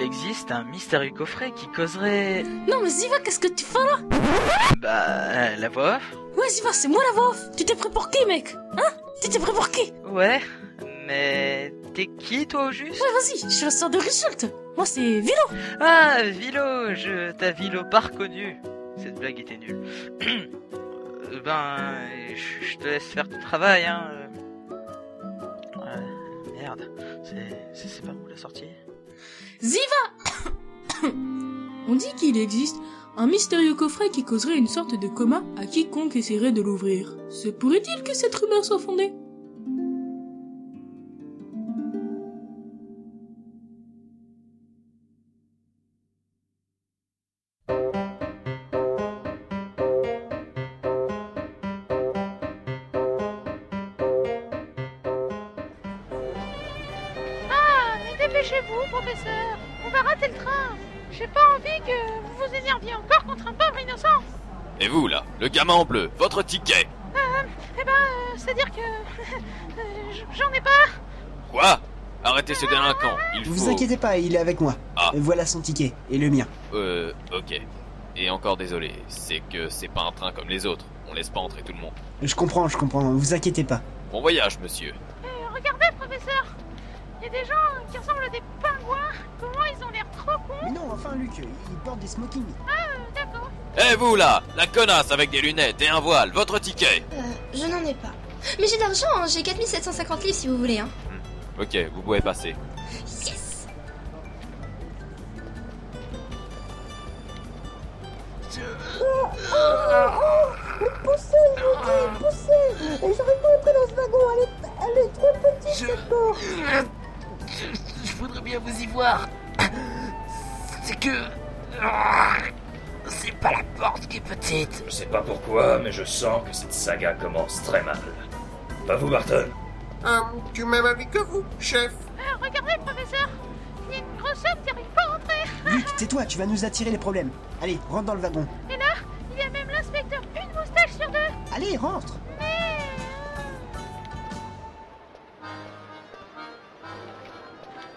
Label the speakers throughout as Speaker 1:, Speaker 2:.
Speaker 1: existe un mystérieux coffret qui causerait...
Speaker 2: Non mais Ziva, qu'est-ce que tu fais là
Speaker 1: Bah, euh, la voix off
Speaker 2: Ouais Ziva, c'est moi la voix off. Tu t'es pris pour qui mec Hein Tu t'es pris pour qui
Speaker 1: Ouais, mais... T'es qui toi au juste
Speaker 2: Ouais vas-y, je suis la sœur de Richult. Moi c'est Vilo.
Speaker 1: Ah, Vilo, je t'as Vilo pas reconnu. Cette blague était nulle. Euh, ben, je je te laisse faire ton travail, hein. Euh, euh, merde, c'est- c'est c'est par où la sortie
Speaker 2: Ziva On dit qu'il existe un mystérieux coffret qui causerait une sorte de coma à quiconque essaierait de l'ouvrir. Se pourrait-il que cette rumeur soit fondée
Speaker 3: Ah, mais dépêchez-vous, professeur. On va rater le train. J'ai pas envie que vous vous énerviez encore contre un pauvre innocent.
Speaker 4: Et vous là, le gamin en bleu, votre ticket
Speaker 3: Eh ben, euh, c'est-à-dire que euh, j- j'en ai pas.
Speaker 4: Quoi Arrêtez ce délinquant, il
Speaker 5: Vous
Speaker 4: faut...
Speaker 5: vous inquiétez pas, il est avec moi.
Speaker 4: Ah.
Speaker 5: Voilà son ticket, et le mien.
Speaker 4: Euh, ok. Et encore désolé, c'est que c'est pas un train comme les autres, on laisse pas entrer tout le monde.
Speaker 5: Je comprends, je comprends, vous inquiétez pas.
Speaker 4: Bon voyage, monsieur.
Speaker 3: Euh, regardez, professeur. Il y a des gens euh, qui ressemblent à des pingouins. Comment ils ont l'air trop cons.
Speaker 5: Mais non, enfin Luc, il porte des smoking.
Speaker 3: D'accord.
Speaker 4: Eh vous là, la connasse avec des lunettes et un voile, votre ticket
Speaker 6: Euh, je n'en ai pas. Mais j'ai de l'argent, hein, j'ai 4750 livres si vous voulez. Hein.
Speaker 4: Ok, vous pouvez passer.
Speaker 6: Yes
Speaker 7: Je... Je voudrais bien vous y voir. C'est que... C'est pas la porte qui est petite.
Speaker 8: Je sais pas pourquoi, mais je sens que cette saga commence très mal. Pas vous, Barton
Speaker 7: du même avis que vous, chef.
Speaker 3: Euh, regardez, professeur. Il y a une grosse homme qui arrive pas à rentrer.
Speaker 5: Luc, tais-toi, tu vas nous attirer les problèmes. Allez, rentre dans le wagon.
Speaker 3: Et là, il y a même l'inspecteur une moustache sur deux.
Speaker 5: Allez, rentre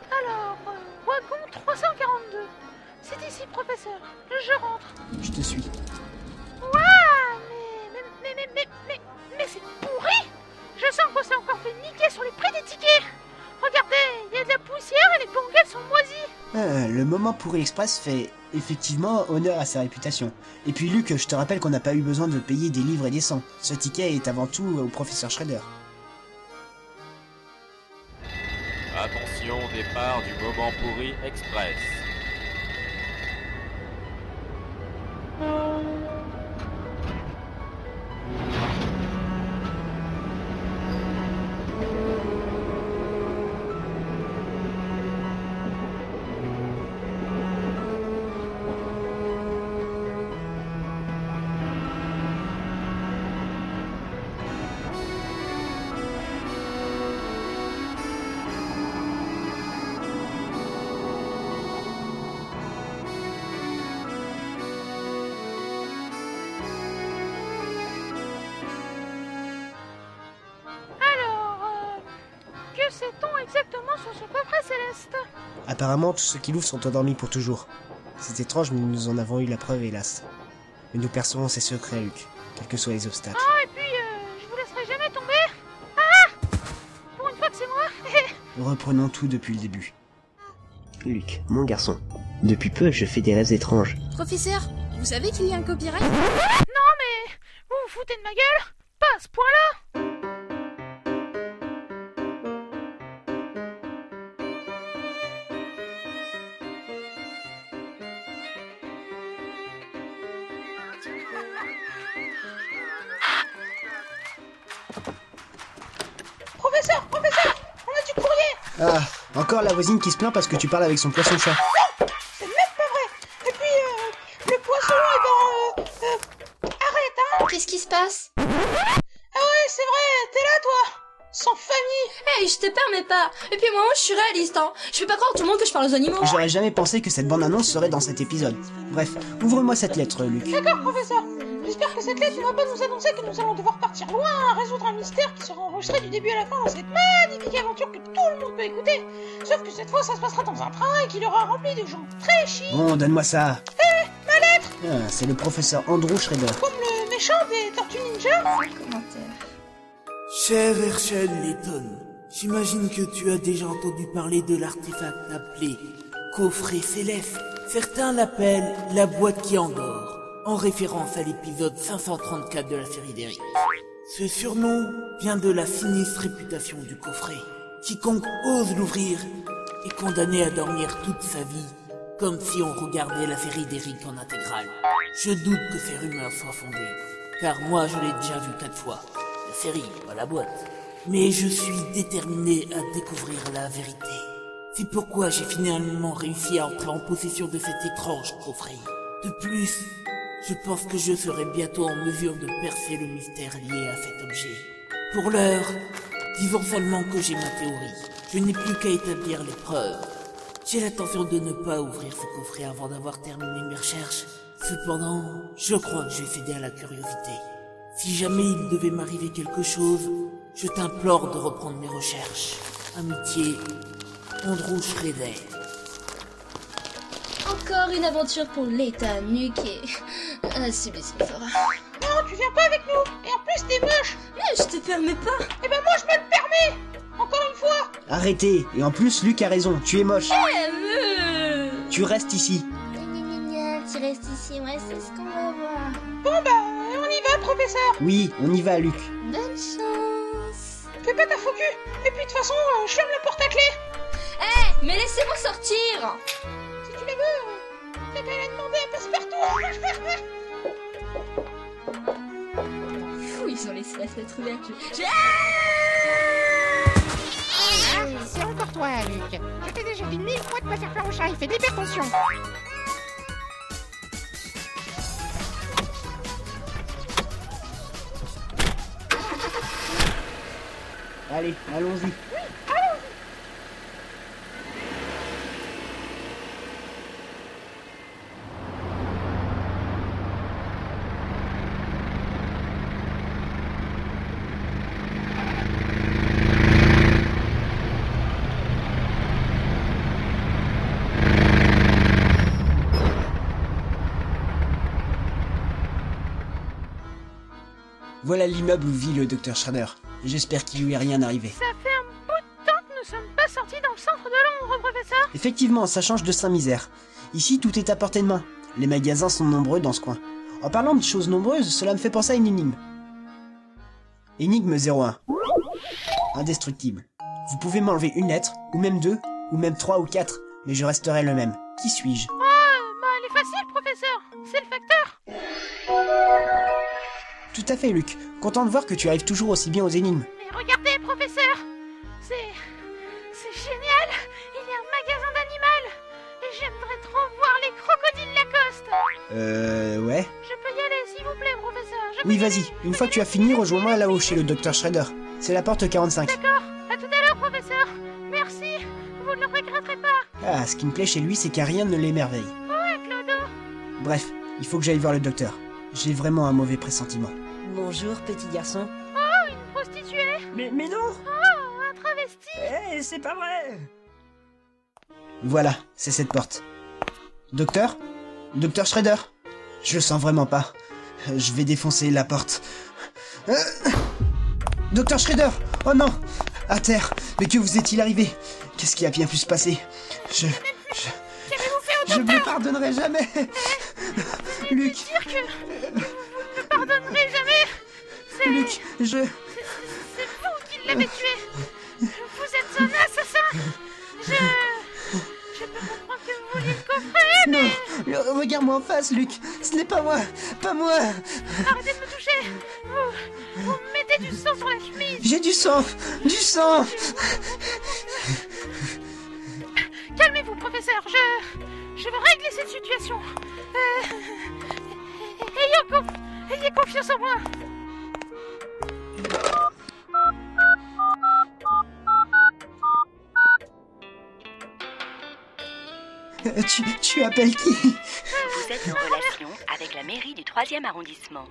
Speaker 3: Alors, euh, wagon 342. C'est ici, professeur. Je rentre.
Speaker 5: Je te suis.
Speaker 3: Ouah, mais, mais, mais, mais, mais, mais c'est pourri Je sens qu'on s'est encore fait niquer sur les prix des tickets Regardez, il y a de la poussière et les banquettes sont moisies
Speaker 5: Euh, le moment pour Express fait effectivement honneur à sa réputation. Et puis Luc, je te rappelle qu'on n'a pas eu besoin de payer des livres et des cents. Ce ticket est avant tout au professeur Shredder.
Speaker 4: Attention, départ du moment pourri express.
Speaker 3: Alors, euh, que sait-on exactement sur ce coffret céleste
Speaker 5: Apparemment, tous ceux qui l'ouvrent sont endormis pour toujours. C'est étrange, mais nous en avons eu la preuve, hélas. Mais nous percevons ses secrets, Luc, quels que soient les obstacles.
Speaker 3: Ah, et puis, euh, je vous laisserai jamais tomber Ah Pour une fois que c'est moi
Speaker 5: Reprenons tout depuis le début. Luc, mon garçon, depuis peu, je fais des rêves étranges.
Speaker 6: Professeur, vous savez qu'il y a un copyright
Speaker 3: Vous vous foutez de ma gueule Pas à ce point-là Professeur, professeur On a du courrier
Speaker 5: Ah, encore la voisine qui se plaint parce que tu parles avec son poisson-chat.
Speaker 3: C'est même pas vrai Et puis, euh, le poisson est dans... euh, euh, arrête, hein
Speaker 6: Qu'est-ce qui se passe
Speaker 3: Ah ouais, c'est vrai T'es là, toi Sans famille
Speaker 6: Hey, Eh, je te permets pas Et puis moi, je suis réaliste, hein Je peux pas croire tout le monde que je parle aux animaux
Speaker 5: J'aurais jamais pensé que cette bande-annonce serait dans cet épisode. Bref, ouvre-moi cette lettre, Luc.
Speaker 3: D'accord, professeur. J'espère que que cette lettre ne va pas nous annoncer que nous allons devoir partir loin, résoudre un mystère qui sera enregistré du début à la fin dans cette magnifique aventure que tout le monde peut écouter. Sauf que cette fois, ça se passera dans un train et qu'il aura rempli de gens très chiants,
Speaker 5: Bon, donne-moi ça. Eh, ma lettre C'est le professeur Andrew Schrader.
Speaker 3: comme le méchant euh, des Tortues Ninja.
Speaker 6: Commentaire.
Speaker 9: Cher Herschel Layton, j'imagine que tu as déjà entendu parler de l'artefact appelé coffret céleste. Certains l'appellent la boîte qui endort, en référence à l'épisode 534 de la série d'Eric. Ce surnom vient de la sinistre réputation du coffret. Quiconque ose l'ouvrir est condamné à dormir toute sa vie, comme si on regardait la série d'Eric en intégrale. Je doute que ces rumeurs soient fondées, car moi je l'ai déjà vu quatre fois. La série, pas la boîte. Mais je suis déterminé à découvrir la vérité. C'est pourquoi j'ai finalement réussi à entrer en possession de cet étrange coffret. De plus, je pense que je serai bientôt en mesure de percer le mystère lié à cet objet. Pour l'heure, disons seulement que j'ai ma théorie. Je n'ai plus qu'à établir les preuves. J'ai l'intention de ne pas ouvrir ce coffret avant d'avoir terminé mes recherches. Cependant, je crois que je vais céder à la curiosité. Si jamais il devait m'arriver quelque chose, je t'implore de reprendre mes recherches. Amitié, Andrew Schrader.
Speaker 6: Encore une aventure pour l'État nuqué. Ah, celui-ci me fera.
Speaker 3: Non, tu viens pas avec nous. Et en plus, t'es moche.
Speaker 6: Mais je te permets pas.
Speaker 3: Et ben moi, je me le permets. Encore une fois.
Speaker 5: Arrêtez Et en plus, Luc a raison, tu es moche.
Speaker 6: Eh, me-
Speaker 5: Tu restes ici.
Speaker 10: Gna, gna, gna, Tu restes ici, ouais, c'est ce qu'on va voir.
Speaker 3: Bon bah, on y va, professeur.
Speaker 5: Oui, on y va, Luc.
Speaker 10: Bonne chance.
Speaker 3: Fais pas ta faux cul. Et puis de toute façon, euh, je ferme la porte à clé.
Speaker 6: Eh, Mais laissez-moi sortir
Speaker 3: Si tu la veux, euh, t'as qu'à la demander à Passepartout.
Speaker 6: Fou, ils ont laissé la fenêtre ouverte. Je- Je...
Speaker 3: Ah,
Speaker 10: C'est encore toi, Luc.
Speaker 3: Je t'ai déjà dit mille fois de pas faire peur au chat, il fait attention.
Speaker 5: Allez, allons-y. Voilà l'immeuble où vit le docteur Schrader. J'espère qu'il lui est rien arrivé.
Speaker 3: Ça fait un bout de temps que nous sommes pas sortis dans le centre de Londres, professeur.
Speaker 5: Effectivement, ça change de Saint-Misère. Ici, tout est à portée de main. Les magasins sont nombreux dans ce coin. En parlant de choses nombreuses, cela me fait penser à une énigme. Énigme 01. Indestructible. Vous pouvez m'enlever une lettre, ou même deux, ou même trois ou quatre, mais je resterai le même. Qui suis-je
Speaker 3: Bah, elle est facile, professeur. C'est le facteur.
Speaker 5: Tout à fait, Luc. Content de voir que tu arrives toujours aussi bien aux énigmes.
Speaker 3: Mais regardez, professeur. C'est. C'est génial. Il y a un magasin d'animal. Et j'aimerais trop voir les crocodiles Lacoste.
Speaker 5: Euh, ouais.
Speaker 3: Je peux y aller, s'il vous plaît, professeur. Je peux
Speaker 5: Oui,
Speaker 3: y aller.
Speaker 5: vas-y. Une fois que tu as fini, rejoins-moi là-haut chez le docteur Schrader. C'est la porte 45.
Speaker 3: À tout à l'heure, professeur. Merci. Vous ne le regretterez pas,
Speaker 5: Ah, ce qui me plaît chez lui, c'est qu'à rien ne l'émerveille.
Speaker 3: Clodo.
Speaker 5: Bref, il faut que j'aille voir le docteur. J'ai vraiment un mauvais pressentiment.
Speaker 7: Bonjour, petit garçon.
Speaker 3: Prostituée.
Speaker 7: Mais, mais non
Speaker 3: Oh, Un travesti.
Speaker 7: Eh, c'est pas vrai
Speaker 5: Voilà, c'est cette porte. Docteur Docteur Schrader Je le sens vraiment pas. Euh, Je vais défoncer la porte. Euh, Docteur Schrader Oh non À terre Mais que vous est-il arrivé Qu'est-ce qui a bien pu se passer Je... Je... Je ne le pardonnerai jamais Luc
Speaker 3: Pardonnerai jamais. C'est.
Speaker 5: Luc, je...
Speaker 3: C'est c'est vous qui l'avez tué Vous êtes un assassin Je... Je peux comprendre que vous vouliez le coffret
Speaker 5: Non Le- Regarde-moi en face, Luc Ce n'est pas moi Pas moi
Speaker 3: Arrêtez de me toucher Vous... Vous me mettez du sang sur la chemise
Speaker 5: J'ai du sang Du sang
Speaker 3: Calmez-vous, professeur Je... Je veux régler cette situation Euh, Ayez, conf- Ayez confiance en moi
Speaker 5: Euh, tu, tu appelles qui Euh,
Speaker 10: Vous êtes en relation avec
Speaker 11: avec la mairie du 3e arrondissement.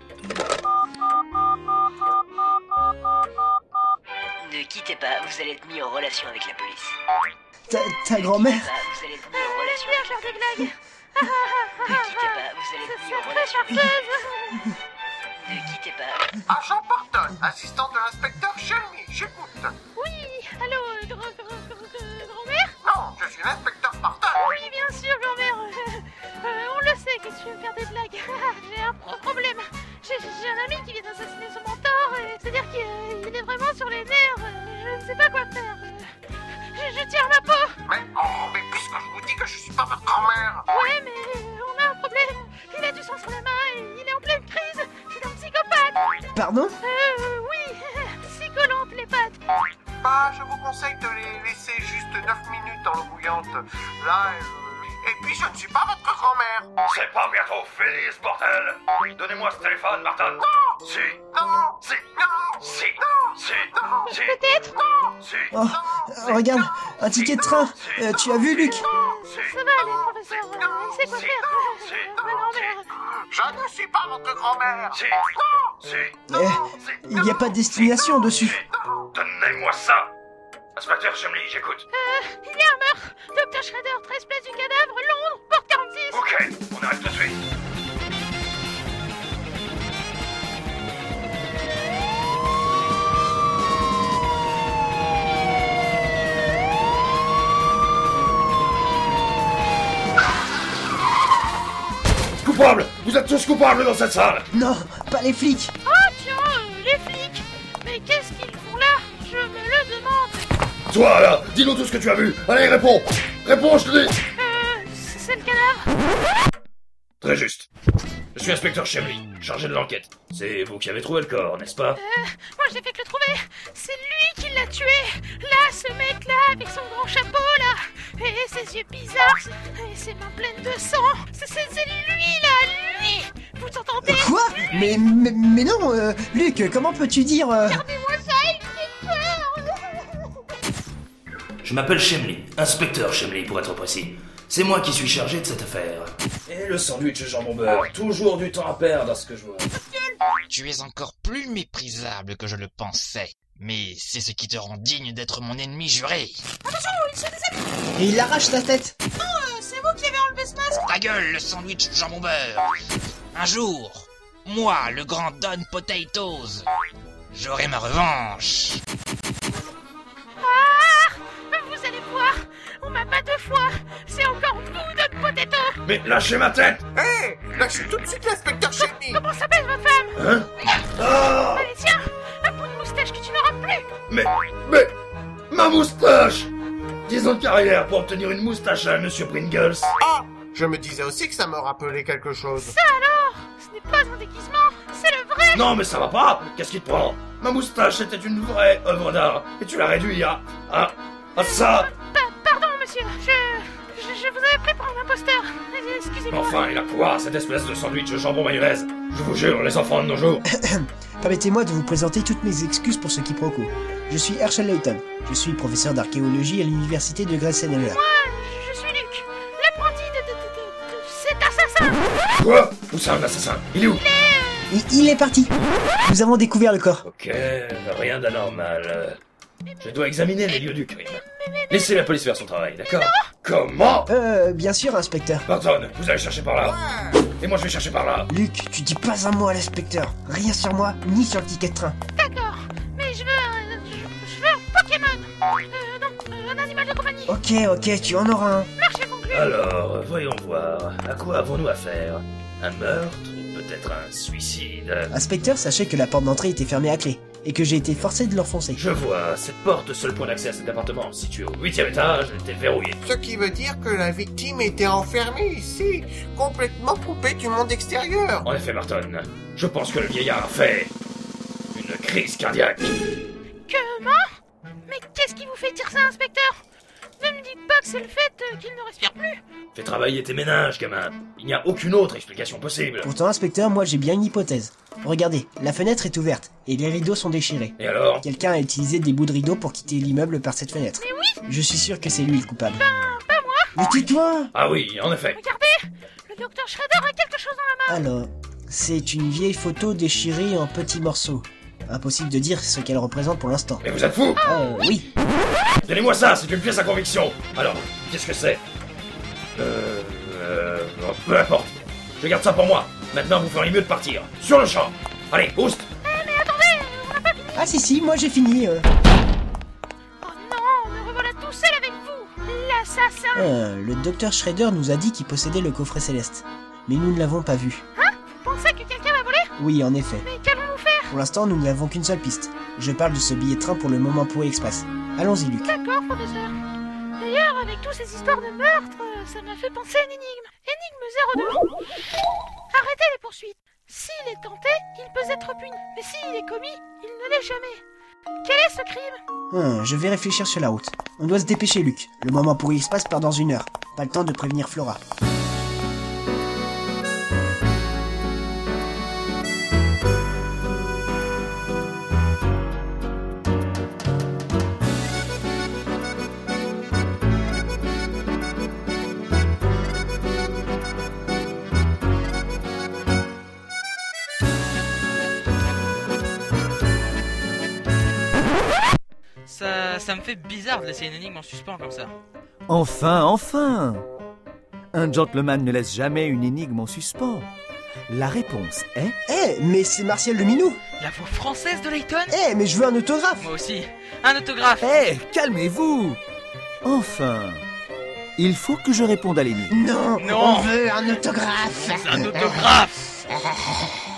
Speaker 11: Ne quittez pas, vous allez être mis en relation avec la police.
Speaker 5: Ta, ta grand-mère
Speaker 11: Bah, vous allez être mis en relation avec la police.
Speaker 3: Blague. Ah, ah, ah, ah,
Speaker 11: Ne quittez pas, vous allez être mis en relation avec Ne quittez pas.
Speaker 12: Agent Barton, assistant de l'inspecteur Chelmy, j'écoute.
Speaker 3: Oui, allô, euh, grand- grand- grand- grand-mère
Speaker 12: Non, je suis l'inspecteur Barton.
Speaker 3: Oui, bien sûr, grand-mère. Euh, on le sait que tu veux faire des blagues. J'ai un pro- problème. J'ai j'ai un ami qui vient d'assassiner son mentor. et C'est-à-dire qu'il euh, il est vraiment sur les nerfs. euh, Je ne sais pas quoi faire. Euh, Je, je tire ma peau.
Speaker 12: Mais oh, mais puisque je vous dis que je suis pas votre grand-mère.
Speaker 3: Ouais, mais on a un problème. Il a du sang sur la main et il est en pleine crise. C'est un psychopathe.
Speaker 5: Pardon
Speaker 3: Euh, oui, psycholante les pattes.
Speaker 12: Bah, je vous conseille de les laisser juste 9 minutes dans l'eau bouillante. Là, euh, et puis je ne suis pas votre grand-mère.
Speaker 8: C'est pas bientôt fini ce bordel Donnez-moi ce téléphone, Barton
Speaker 12: Non
Speaker 8: Si
Speaker 12: Non
Speaker 8: Si
Speaker 12: Non
Speaker 8: Si
Speaker 12: Non
Speaker 8: Si
Speaker 12: Non
Speaker 8: Si
Speaker 3: Peut-être.
Speaker 8: Si
Speaker 5: Oh, euh, regarde, un ticket de train. Euh, tu as vu, Luc
Speaker 3: Ça va aller, professeur. euh, Il sait quoi faire. Euh, Ma grand-mère.
Speaker 12: Je ne suis pas votre grand-mère.
Speaker 8: Si Si
Speaker 12: Non
Speaker 5: Euh, Il n'y a pas de destination dessus.
Speaker 8: Donnez-moi ça Inspecteur Chemly, j'écoute.
Speaker 3: Euh, il y a un meurtre. Docteur Shredder, 13 places du cadavre, Londres, porte 46.
Speaker 8: Ok, on arrête tout de suite. Coupable Vous êtes tous coupables dans cette salle
Speaker 5: Non, pas les flics.
Speaker 3: Oh, tiens, euh, les flics. Mais qu'est-ce qu'ils font là Je me le demande.
Speaker 8: Toi là, dis-nous tout ce que tu as vu Allez, réponds Réponds, je te dis
Speaker 3: Euh, c'est c'est le cadavre.
Speaker 8: Très juste. Je suis inspecteur Chemly, chargé de l'enquête. C'est vous qui avez trouvé le corps, n'est-ce pas
Speaker 3: Moi, j'ai fait que le trouver. C'est lui qui l'a tué. Là, ce mec-là, avec son grand chapeau, là. Et ses yeux bizarres. Et ses mains pleines de sang. C'est c'est- c'est lui, là, lui. Vous entendez
Speaker 5: Quoi mais, mais, mais non, euh, Luc, comment peux-tu dire euh,
Speaker 3: Regardez-moi ça, il fait peur.
Speaker 13: Je m'appelle Chemly, inspecteur Chemly pour être précis. C'est moi qui suis chargé de cette affaire.
Speaker 7: Et le sandwich jambon beurre, toujours du temps à perdre à ce que je vois.
Speaker 14: Tu es encore plus méprisable que je le pensais. Mais c'est ce qui te rend digne d'être mon ennemi juré.
Speaker 3: Attention, il se déshabille.
Speaker 5: Et il arrache sa tête.
Speaker 3: Non, euh, c'est vous qui avez enlevé ce masque.
Speaker 14: Ta gueule, le sandwich jambon beurre. Un jour, moi, le grand Don Potatoes, j'aurai ma revanche.
Speaker 3: Ah Vous allez voir, on m'a pas deux fois. C'est encore vous, Doc Potato.
Speaker 8: Mais lâchez ma tête
Speaker 12: Hé Lâche tout de suite l'inspecteur Chemly
Speaker 3: Comment s'appelle ma femme
Speaker 8: Hein Ah
Speaker 3: Allez, tiens, un bout de moustache que tu n'auras plus.
Speaker 8: Mais. Mais. Ma moustache 10 ans de carrière pour obtenir une moustache à Monsieur Pringles.
Speaker 12: Ah Je me disais aussi que ça me rappelait quelque chose.
Speaker 3: Ça alors Ce n'est pas un déguisement, c'est le vrai.
Speaker 8: Non, mais ça va pas Qu'est-ce qui te prend Ma moustache était une vraie œuvre d'art, et tu l'as réduite à. à. à ça
Speaker 3: Pa- pardon, monsieur, je... je. je vous avais pris pour un imposteur. Euh,
Speaker 8: Mais
Speaker 3: Excusez-moi.
Speaker 8: enfin, il a quoi, cette espèce de sandwich au jambon mayonnaise Je vous jure, les enfants de nos jours
Speaker 5: Permettez-moi de vous présenter toutes mes excuses pour ce quiproquo. Je suis Herschel Layton. Je suis professeur d'archéologie à l'université de Grassenheimer.
Speaker 3: Moi, je suis Luc, l'apprenti de, de, de, de- de cet assassin.
Speaker 8: Quoi Où ça, l'assassin Il est où
Speaker 5: Il, il est parti. Nous avons découvert le corps.
Speaker 8: Ok, rien d'anormal. Je dois examiner les lieux du crime. Laissez la police faire son travail, d'accord Comment
Speaker 5: Euh, bien sûr, inspecteur.
Speaker 8: Barton, vous allez chercher par là. Et moi je vais chercher par là.
Speaker 5: Luc, tu dis pas un mot à l'inspecteur. Rien sur moi, ni sur le ticket de train.
Speaker 3: D'accord, mais je veux un. Je, je veux un Pokémon. Euh, non, euh, un animal de compagnie.
Speaker 5: Ok, ok, tu en auras un.
Speaker 3: Marché conclu.
Speaker 8: Alors, voyons voir. À quoi avons-nous affaire Un meurtre ou peut-être un suicide
Speaker 5: Inspecteur, sachez que la porte d'entrée était fermée à clé et que j'ai été forcé de l'enfoncer.
Speaker 8: Je vois, cette porte, seul point d'accès à cet appartement, situé au huitième étage, était verrouillée.
Speaker 12: Ce qui veut dire que la victime était enfermée ici, complètement coupée du monde extérieur.
Speaker 8: En effet, Barton, je pense que le vieillard a fait une crise cardiaque.
Speaker 3: Comment Mais qu'est-ce qui vous fait dire ça, inspecteur Ne me dites pas que c'est le fait euh, qu'il ne respire plus.
Speaker 8: Fais travailler tes ménages, gamin. Il n'y a aucune autre explication possible.
Speaker 5: Pourtant, inspecteur, moi j'ai bien une hypothèse. Regardez, la fenêtre est ouverte et les rideaux sont déchirés.
Speaker 8: Et alors
Speaker 5: Quelqu'un a utilisé des bouts de rideaux pour quitter l'immeuble par cette fenêtre.
Speaker 3: Mais oui,
Speaker 5: Je suis sûr que c'est lui le coupable.
Speaker 3: ben, pas moi.
Speaker 5: Mais tais-toi
Speaker 8: Ah oui, en effet.
Speaker 3: Regardez Le docteur Shredder a quelque chose dans la main
Speaker 5: Alors, c'est une vieille photo déchirée en petits morceaux. Impossible de dire ce qu'elle représente pour l'instant.
Speaker 8: Mais vous êtes fous
Speaker 5: Euh, oui.
Speaker 8: Donnez-moi ça, c'est une pièce à conviction. Alors, qu'est-ce que c'est Euh. euh oh, peu importe. Je garde ça pour moi. Maintenant, vous feriez mieux de partir. Sur le champ. Allez, oust
Speaker 5: Ah si si, moi j'ai fini. euh.
Speaker 3: Oh non Me revoilà tout seul avec vous L'assassin
Speaker 5: Euh, le docteur Schrader nous a dit qu'il possédait le coffret céleste. Mais nous ne l'avons pas vu.
Speaker 3: Hein Vous pensez que quelqu'un va voler
Speaker 5: Oui, en effet.
Speaker 3: Mais qu'allons-nous faire
Speaker 5: Pour l'instant, nous n'avons qu'une seule piste. Je parle de ce billet de train pour le moment pour Express. Allons-y, Luc.
Speaker 3: D'accord, professeur. D'ailleurs, avec toutes ces histoires de meurtres, euh, ça m'a fait penser à une énigme. Énigme 02. Arrêtez les poursuites. S'il est tenté, il peut être puni. Mais s'il est commis, il ne l'est jamais. Quel est ce crime
Speaker 5: Hum, je vais réfléchir sur la route. On doit se dépêcher, Luc. Le moment pour Express part dans une heure. Pas le temps de prévenir Flora.
Speaker 1: Ça, ça me fait bizarre de laisser une énigme en suspens comme ça.
Speaker 15: Enfin, enfin Un gentleman ne laisse jamais une énigme en suspens. La réponse est...
Speaker 5: Eh, mais c'est Martial Luminou
Speaker 1: La voix française de Layton
Speaker 5: Eh, mais je veux un autographe
Speaker 1: Moi aussi. Un autographe
Speaker 15: Eh, calmez-vous Enfin Il faut que je réponde à l'énigme.
Speaker 5: Non,
Speaker 1: Non.
Speaker 5: On veut un autographe
Speaker 1: C'est un autographe